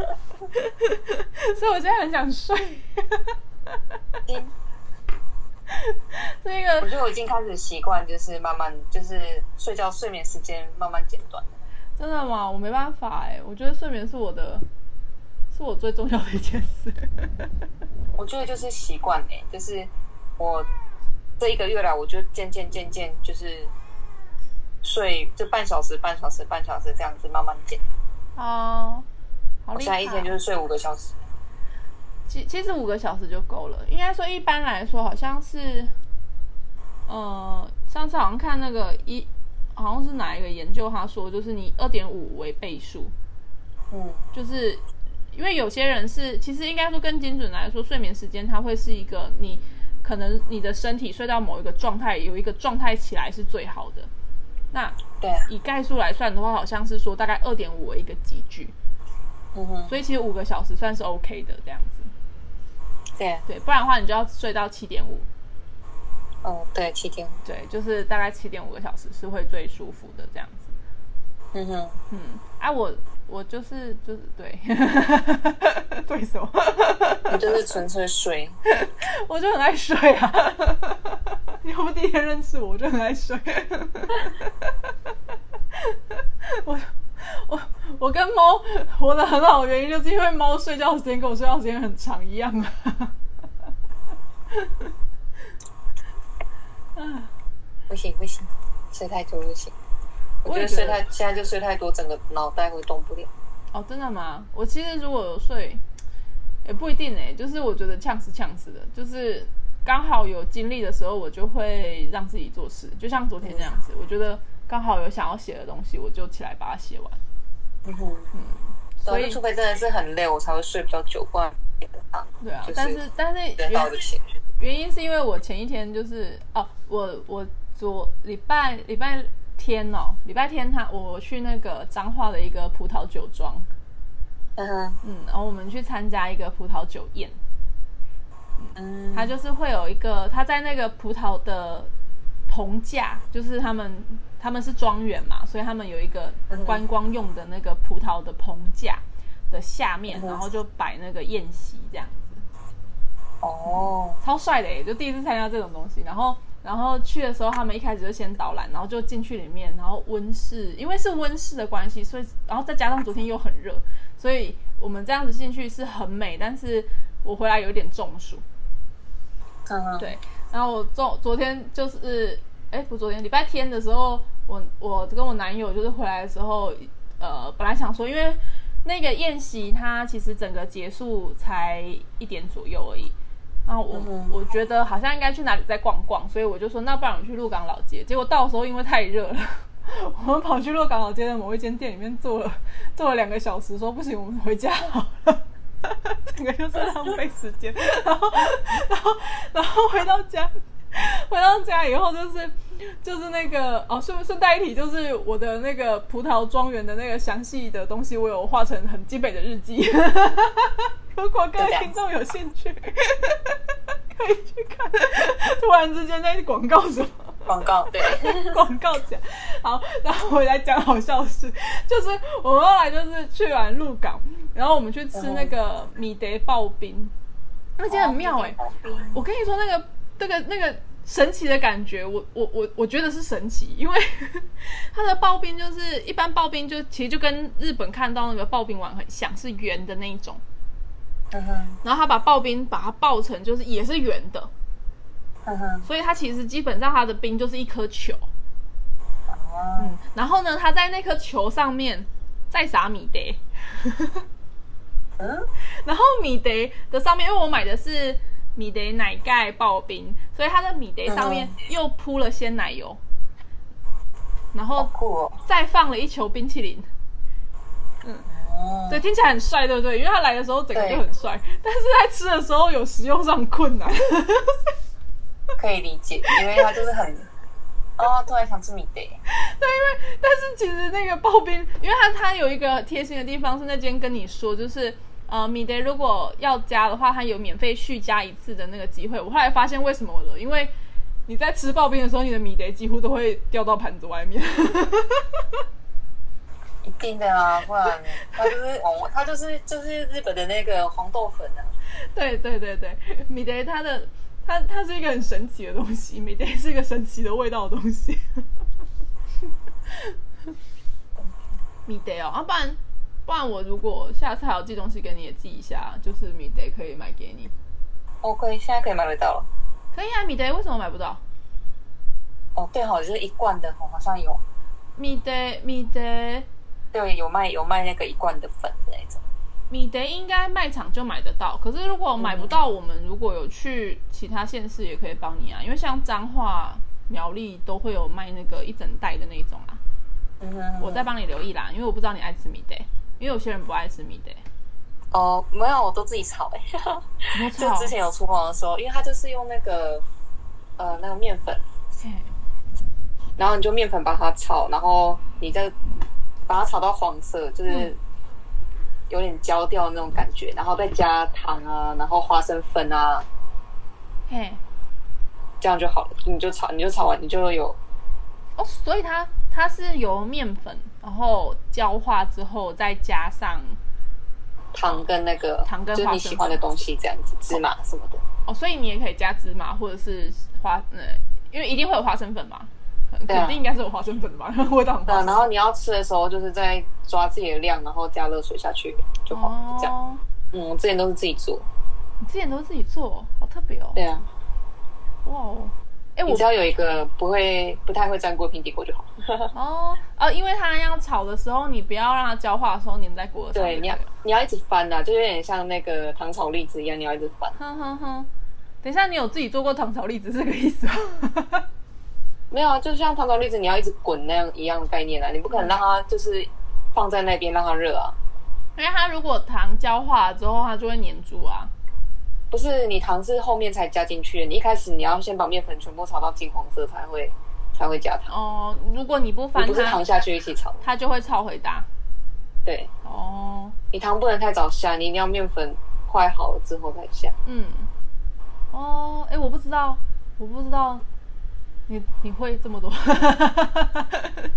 S1: 所以我现在很想睡。
S2: 听
S1: 这
S2: 我
S1: 个
S2: 觉得我已经开始习惯，就是慢慢就是睡觉睡眠时间慢慢减短。
S1: 真的吗？我没办法哎、我觉得睡眠是我的，是我最重要的一件事。
S2: 我觉得就是习惯哎，就是我这一个月来，我就渐渐渐渐就是睡就半小时、半小时、半小时这样子慢慢减。
S1: 哦，好
S2: 我
S1: 厉
S2: 现
S1: 害！
S2: 在一天就是睡五个小时。
S1: 其其实五个小时就够了。应该说一般来说好像是，呃，上次好像看那个一，好像是哪一个研究他说，就是你二点五为倍数，
S2: 嗯
S1: 就是因为有些人是，其实应该说更精准来说，睡眠时间它会是一个你可能你的身体睡到某一个状态，有一个状态起来是最好的。那
S2: 对啊，
S1: 以概数来算的话，好像是说大概二点五为一个集聚，
S2: 嗯哼，
S1: 所以其实五个小时算是 OK 的这样子。
S2: 对啊，
S1: 对，不然的话你就要睡到七点五，
S2: 嗯，对，七天，
S1: 对，就是大概七点五个小时是会最舒服的这样子。
S2: 嗯哼，
S1: 嗯，啊，我我就是就是对， 对手，
S2: 你就是纯粹睡。
S1: 我就很爱睡啊。 你要不第一天认识我，我就很爱睡。 我我我跟猫活得很好的原因，就是因为猫睡觉的时间跟我睡觉的时间很长一样啊。
S2: 不行不行，睡太久不行。我觉
S1: 也
S2: 得
S1: 觉
S2: 睡
S1: 得
S2: 太现在就睡太多，整个脑袋会动不了。
S1: 哦，真的吗？我其实如果有睡，也不一定哎、就是我觉得呛死呛死的，就是刚好有精力的时候，我就会让自己做事，就像昨天这样
S2: 嗯
S1: 子，我觉得刚好有想要写的东西，我就起来把它写完。
S2: 嗯哼，
S1: 所
S2: 所
S1: 以
S2: 啊以除非真的是很累，我才会睡比较久，不然也不大
S1: 对啊
S2: 就，是
S1: 但是但是
S2: 人到
S1: 原
S2: 就起。
S1: 原因是因为我前一天就是哦，我我昨礼拜礼拜天哦，礼拜天他我去那个彰化的一个葡萄酒庄，
S2: 嗯哼，
S1: 嗯，然后我们去参加一个葡萄酒宴，
S2: 嗯，
S1: 它就是会有一个，它在那个葡萄的棚架，就是他们他们是庄园嘛，所以他们有一个观光用的那个葡萄的棚架的下面，
S2: 嗯
S1: 然后就摆那个宴席这样子，
S2: 哦，
S1: 超帅的耶！就第一次参加这种东西，然后然后去的时候，他们一开始就先导览，然后就进去里面，然后温室，因为是温室的关系，所以然后再加上昨天又很热，所以我们这样子进去是很美，但是我回来有一点中暑。
S2: 嗯哼，
S1: 对，然后我昨昨天就是，哎，不，昨天礼拜天的时候，我我跟我男友就是回来的时候，呃，本来想说，因为那个宴席它其实整个结束才一点左右而已，然后我、
S2: 嗯
S1: 我觉得好像应该去哪里再逛逛，所以我就说，那不然我们去鹿港老街。结果到时候因为太热了。 我们跑去鹿港老街的某一间店里面坐了坐了两个小时，说不行，我们回家好了。 整个就是浪费时间。 然后，然后，然后回到家，回到家以后就是就是那个哦，顺顺带一提，就是我的那个葡萄庄园的那个详细的东西，我有画成很精美的日记。 如果各位听众有兴趣， 可以去看。突然之间在广告什么？
S2: 广告对，
S1: 广告讲。好，然后我来讲好笑的事， 就是我们后来就是去完鹿港，然后我们去吃那个米德刨冰，那间很妙哎、
S2: 欸
S1: 我跟你说那个那个那个神奇的感觉，我我我我觉得是神奇，因为 它的刨冰就是一般刨冰就其实就跟日本看到那个刨冰碗很像，是圆的那一种，
S2: 嗯哼，
S1: 然后他把刨冰把它刨成就是也是圆的，
S2: 嗯哼，
S1: 所以它其实基本上它的冰就是一颗球。
S2: 哦，
S1: 嗯，然后呢，他在那颗球上面再撒米德，
S2: 嗯，
S1: 然后米德的上面，因为我买的是米德奶盖刨冰，所以它的米德上面又铺了鲜奶油，然
S2: 好
S1: 后
S2: 酷哦，
S1: 再放了一球冰淇淋。
S2: 哦，
S1: 对，听起来很帅，对不对？因为他来的时候整个就很帅，但是在吃的时候有食用上困难。
S2: 可以理解，因为它就是很，哦，突然想吃米德，
S1: 但是其实那个刨冰，因为它它有一个贴心的地方是那间跟你说，就是呃米德如果要加的话，它有免费续加一次的那个机会。我后来发现为什么了，因为你在吃刨冰的时候，你的米德几乎都会掉到盘子外面。
S2: 一定的啊，不然它就是往，它就是就是日本的那个黄豆粉啊，
S1: 对对对对，米德它的它它是一个很神奇的东西，米德是一个神奇的味道的东西。米德哦，啊不然不然我如果下次还有寄东西给你，也寄一下，就是米德可以买给你。
S2: 我可以现在可以买得到了。
S1: 可以啊，米德为什么买不到？
S2: 哦，对好，就是一罐的，哦好像有，
S1: 米德米德
S2: 对，有卖有卖那个一罐的粉的那种。
S1: 米德应该卖场就买得到，可是如果买不到，我们如果有去其他县市也可以帮你啊，因为像彰化、苗栗都会有卖那个一整袋的那种啊。
S2: 嗯哼，
S1: 我再帮你留意啦，因为我不知道你爱吃米德，因为有些人不爱吃米德。
S2: 哦，没有，我都自己炒哎、
S1: 我
S2: 就之前有厨房的时候，因为它就是用那个呃那个面粉，然后你就面粉把它炒，然后你再把它炒到黄色，就是
S1: 嗯
S2: 有点焦掉那种感觉，然后再加糖啊，然后花生粉啊，
S1: 嘿，
S2: 这样就好了。你就炒，你就炒完，你就有
S1: 哦，所以它它是由面粉，然后焦化之后再加上
S2: 糖跟那个
S1: 糖跟
S2: 就是
S1: 花
S2: 你
S1: 生
S2: 喜欢的东西，这样子芝麻什么的。
S1: 哦，所以你也可以加芝麻或者是花，呃，因为一定会有花生粉嘛，肯
S2: 对啊
S1: 肯定应该是有花生粉吧， 味道很花
S2: 嗯，
S1: 生
S2: 然后你要吃的时候，就是再抓自己的量，然后加热水下去就好了。这样，
S1: 哦，
S2: 嗯，我之前都是自己做。
S1: 你之前都是自己做，好特别哦。
S2: 对啊，
S1: 哇哦，哎、
S2: 你
S1: 我
S2: 只要有一个不会、不太会沾锅平底锅就好。
S1: 哦哦，因为它要炒的时候，你不要让它焦化的时候粘在锅上。
S2: 对，你要你要一直翻呐、就有点像那个糖炒栗子一样，你要一直 翻。
S1: 哼哼哼，等一下，你有自己做过糖炒栗子这个意思吗？
S2: 没有啊，就像糖炒栗子，你要一直滚那样一样的概念啊，你不可能让它就是放在那边让它热啊。
S1: 因为它如果糖焦化了之后，它就会粘住啊。
S2: 不是你糖是后面才加进去的，你一开始你要先把面粉全部炒到金黄色才会才会加糖，
S1: 哦，如果你不
S2: 你
S1: 翻
S2: 不是
S1: 它
S2: 糖，下去一起炒。
S1: 它就会超回答。
S2: 对，
S1: 哦，
S2: 你糖不能太早下，你一定要面粉快好了之后 再下。
S1: 嗯，哦，哎，我不知道，我不知道，你你会这么多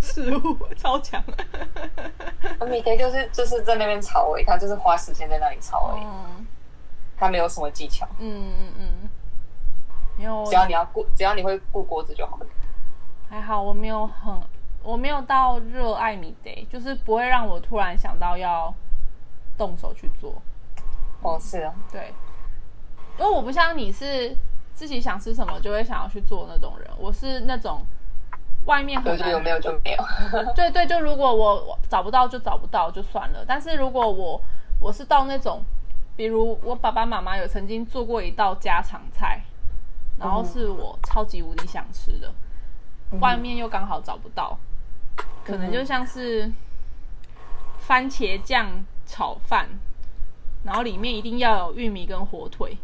S1: 事物，超强。
S2: 我每天就是就是在那边炒而已，他就是花时间在那里炒而已，
S1: 嗯
S2: 他没有什么技巧，
S1: 嗯嗯嗯，没有，
S2: 只要你要顾，只要你会顾锅子就好了。
S1: 还好我没有很，我没有到热爱米 day，就是不会让我突然想到要动手去做。
S2: 哦，是啊，
S1: 对，因为我不像你是自己想吃什么就会想要去做那种人，我是那种外面
S2: 有
S1: 很
S2: 就
S1: 难
S2: 有，没有就没有。
S1: 对对，就如果我我找不到就找不到就算了，但是如果我我是到那种，比如我爸爸妈妈有曾经做过一道家常菜，然
S2: 嗯
S1: 后是我超级无敌想吃的，外面又刚好找不到，可能就像是番茄酱炒饭，然后里面一定要有玉米跟火腿。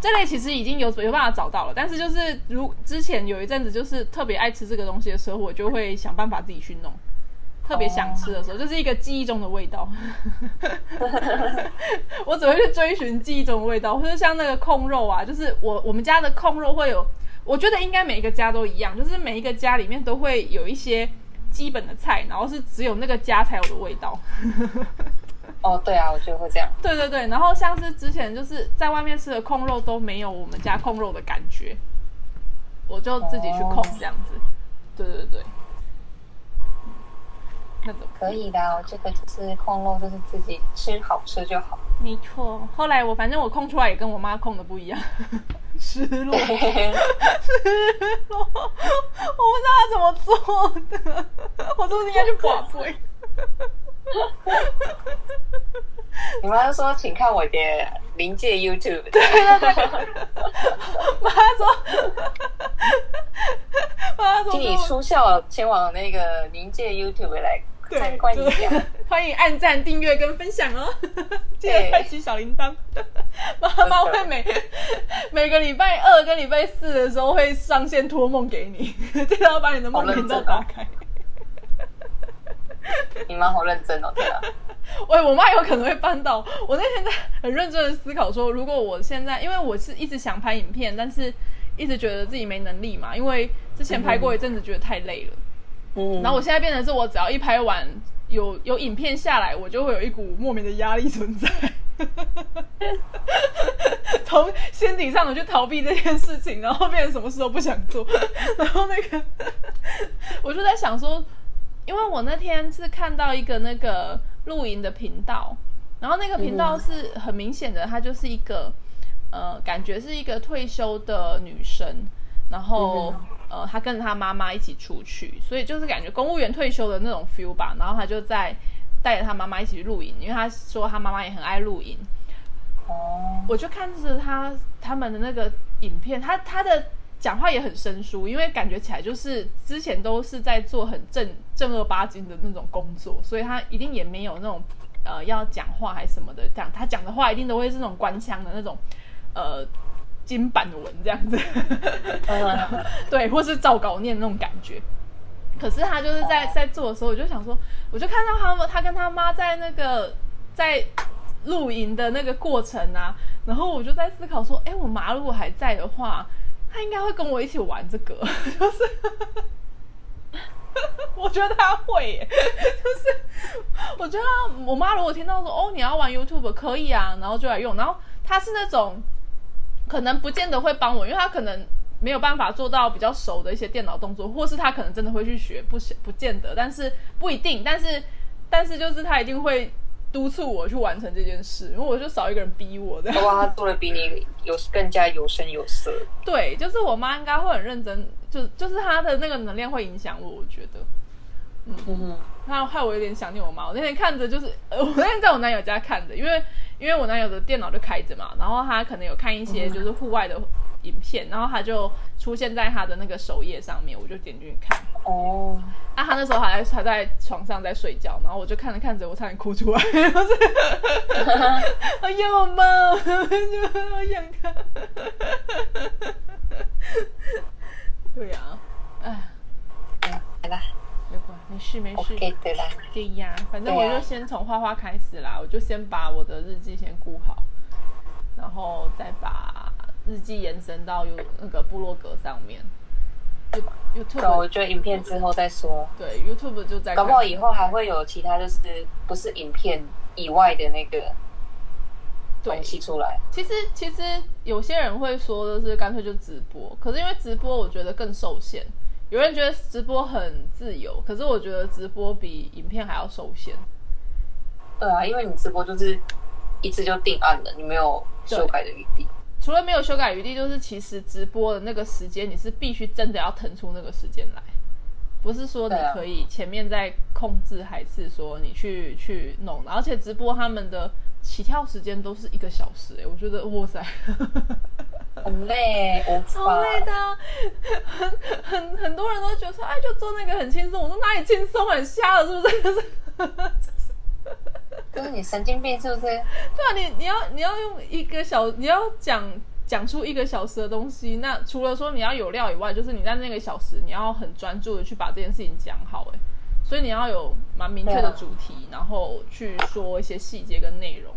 S1: 这类其实已经有有办法找到了，但是就是如之前有一阵子就是特别爱吃这个东西的时候，我就会想办法自己去弄。特别想吃的时候，就是一个记忆中的味道。我只会去追寻记忆中的味道，或者像那个控肉啊，就是我我们家的控肉会有，我觉得应该每一个家都一样，就是每一个家里面都会有一些基本的菜，然后是只有那个家才有的味道。
S2: 哦，对啊，我觉得会这样。
S1: 对对对，然后像是之前就是在外面吃的控肉都没有我们家控肉的感觉，我就自己去控这样子。对对对，嗯那种
S2: 可以的啊，我这个就是控肉，就是自己吃好吃就好。
S1: 没错。后来我反正我控出来也跟我妈控的不一样， 失落。我不知道他怎么做的，我是不是应该去保龟？
S2: 你妈就说，请看我的临界 YouTube。
S1: 妈说，妈说，
S2: 请你书校前往那个临界 YouTube 来
S1: 对
S2: 参观一下。，
S1: 对欢迎按赞、订阅跟分享哦，记得开启小铃铛。 妈妈会 每每个礼拜二跟礼拜四的时候会上线托梦给你， 记得要把你的梦
S2: 好认
S1: 频道
S2: 真哦
S1: 打开。
S2: 你妈好认真哦，天啊！
S1: 喂，我妈有可能会搬到。我那天在很认真的思考说，如果我现在，因为我是一直想拍影片，但是一直觉得自己没能力嘛，因为之前拍过一阵子，觉得太累了。
S2: 嗯，
S1: 然后我现在变成是我只要一拍完，有有影片下来，我就会有一股莫名的压力存在。 从心底上的去逃避这件事情，然后变成什么事都不想做， 然后那个 我就在想说，因为我那天是看到一个那个露营的频道，然后那个频道是很明显的，它就是一个呃，感觉是一个退休的女生，然后、呃，她跟着她妈妈一起出去，所以就是感觉公务员退休的那种 feel 吧。然后她就在带着她妈妈一起去露营，因为她说她妈妈也很爱露营，
S2: 哦，
S1: 我就看着他他们的那个影片，他他的讲话也很生疏，因为感觉起来就是之前都是在做很正正儿八经的那种工作，所以他一定也没有那种呃要讲话还是什么的，讲他讲的话一定都会是那种官腔的那种呃金版文这样子。
S2: 嗯
S1: 对，或是照稿念那种感觉。可是他就是在在做的时候，我就想说，我就看到他们，他跟他妈在那个在露营的那个过程啊，然后我就在思考说，哎，我妈如果还在的话，她应该会跟我一起玩这个， 就是。我觉得她会耶， 就是我觉得她我妈如果听到说哦你要玩 YouTube 可以啊，然后就来用，然后她是那种可能不见得会帮我，因为他可能没有办法做到比较熟的一些电脑动作，或是他可能真的会去学，不是不见得，但是不一定，但是但是就是他一定会督促我去完成这件事，因为我就少一个人逼我的。
S2: 哇，他做的比你有更加有声有色。
S1: 对，就是我妈应该会很认真，就就是她的那个能量会影响我，我觉得。
S2: 嗯哼，
S1: 那害我有点想念我妈。我那天看着就是， 呃我那天在我男友家看着，因为因为我男友的电脑就开着嘛，然后他可能有看一些就是户外的影片，然后他就出现在他的那个首页上面，我就点进去看。
S2: 哦，
S1: 啊，他那时候还在还在床上在睡觉，然后我就看着看着，我差点哭出来， 就是，哎呀，我妈，就好想看。对呀、哎，
S2: 嗯，来吧
S1: 没关系，没事没事。
S2: ，OK 的啦。
S1: 对呀，反正
S2: 对
S1: 我就
S2: 呀
S1: 先从画画开始啦，我就先把我的日记先顾好，然后再把日记延伸到有那个部落格上面，You-
S2: 对，我
S1: YouTube
S2: 觉得影片之后再说，
S1: 对 YouTube 就在
S2: 搞不
S1: 看
S2: 好以后还会有其他就是不是影片以外的那个
S1: 对
S2: 东西出来。
S1: 其实其实有些人会说的是干脆就直播，可是因为直播我觉得更受限。有人觉得直播很自由，可是我觉得直播比影片还要受限。
S2: 对啊，因为你直播就是一次就定案了，你没有修改的余地。
S1: 除了没有修改余地，就是其实直播的那个时间，你是必须真的要腾出那个时间来，不是说你
S2: 对啊
S1: 可以前面在控制，还是说你去去弄。而且直播他们的起跳时间都是一个小时、欸，我觉得哇塞，
S2: 很累，无
S1: 好
S2: 法。
S1: 嗯累的啊、 很很很多人都觉得说，哎，就做那个很轻松。我说哪里轻松，啊很瞎了，是不是？
S2: 就是你神经病是不是？
S1: 对啊，你你要你要用一个小，你要讲讲出一个小时的东西，那除了说你要有料以外，就是你在那个小时你要很专注的去把这件事情讲好、欸，所以你要有蛮明确
S2: 对
S1: 的
S2: 啊
S1: 主题，然后去说一些细节跟内容，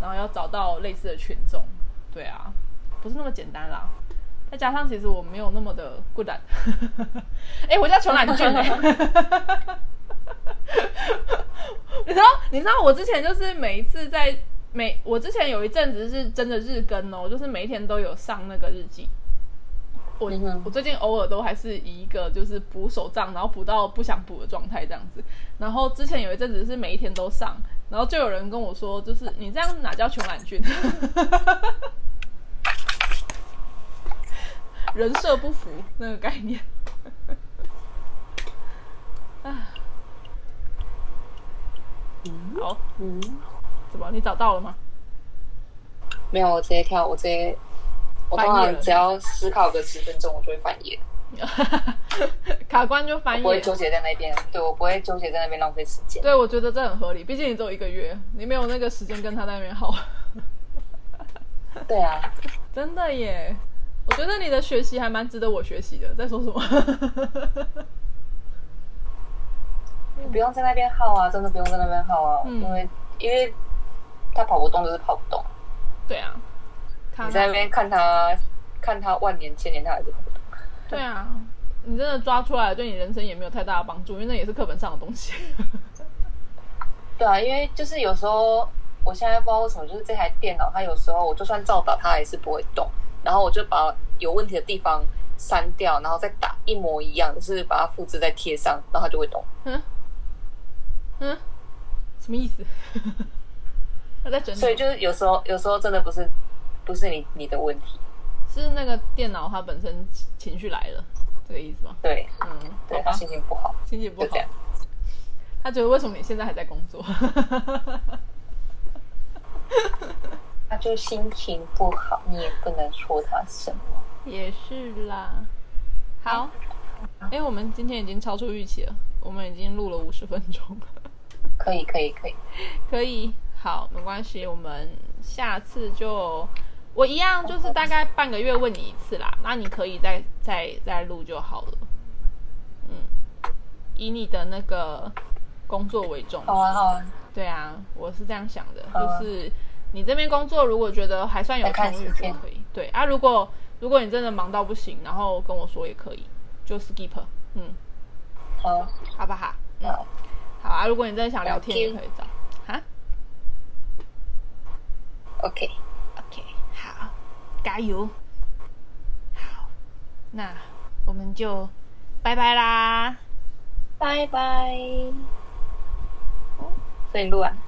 S1: 然后要找到类似的群众，对啊，不是那么简单啦。再加上其实我没有那么的 good at，哎、我叫穷懒俊、欸。你知道，你知道我之前就是每一次在每我之前有一阵子是真的日更哦，就是每一天都有上那个日记。我
S2: 嗯哼
S1: 我最近偶尔都还是以一个就是补手账，然后补到不想补的状态这样子。然后之前有一阵子是每一天都上，然后就有人跟我说，就是你这样哪叫穷懒菌？ 人设不符那个概念。啊，
S2: 嗯
S1: 好，
S2: 嗯，
S1: 怎么你找到了吗？
S2: 没有，我直接跳，我直接，我通
S1: 翻页
S2: 常
S1: 了
S2: 只要思考个十分钟，我就会翻页，
S1: 卡关就翻
S2: 不会
S1: 页。
S2: 纠结在那边。对，我不会纠结在那边浪费时间。
S1: 对，我觉得这很合理，毕竟你只有一个月，你没有那个时间跟他在那边耗。
S2: 对啊，
S1: 真的耶，我觉得你的学习还蛮值得我学习的。在说什么？
S2: 你不用在那边耗啊，真的不用在那边耗啊，
S1: 嗯
S2: 因为因为他跑不动就是跑不动，
S1: 对啊，卡
S2: 你在那边看他看他万年千年，他还是跑不动。
S1: 对啊，你真的抓出来，对你人生也没有太大的帮助，因为那也是课本上的东西。
S2: 对啊，因为就是有时候，我现在不知道为什么，就是这台电脑它有时候我就算照打它还是不会动，然后我就把有问题的地方删掉，然后再打一模一样，就是把它复制再贴上，然后它就会动。
S1: 嗯嗯，什么意思？ 他在整理，
S2: 所以就是有时候，有时候真的不是不是你你的问题，
S1: 是那个电脑它本身情绪来了，这个意思吗？
S2: 对
S1: 嗯，
S2: 对
S1: 好，
S2: 他
S1: 吧，
S2: 心情不好，
S1: 心情不
S2: 就
S1: 好
S2: 这，样。
S1: 他觉得为什么你现在还在工 作？
S2: 他就心情不好，你也不能说他什么。
S1: 也是啦。好，哎、我们今天已经超出预期了，我们已经录了五十分钟了。
S2: 可以，可以，可以。
S1: 可以，好，没关系，我们下次就我一样，就是大概半个月问你一次啦，那你可以再再再录就好了。嗯，以你的那个工作为重。
S2: 好啊，好啊，
S1: 对啊，我是这样想的，
S2: 好啊
S1: 就是你这边工作如果觉得还算有
S2: 再看
S1: 充裕
S2: 时
S1: 就
S2: 间
S1: 可以。对啊，如果如果你真的忙到不行，然后跟我说也可以，就 skip，嗯，
S2: 好啊，
S1: 好不好？嗯，
S2: 好
S1: 好啊，如果你真的想聊天也
S2: OK
S1: 可以找哈。
S2: ，OK，
S1: OK，好，加油！好，那我们就拜拜啦。
S2: 拜拜。所以录完。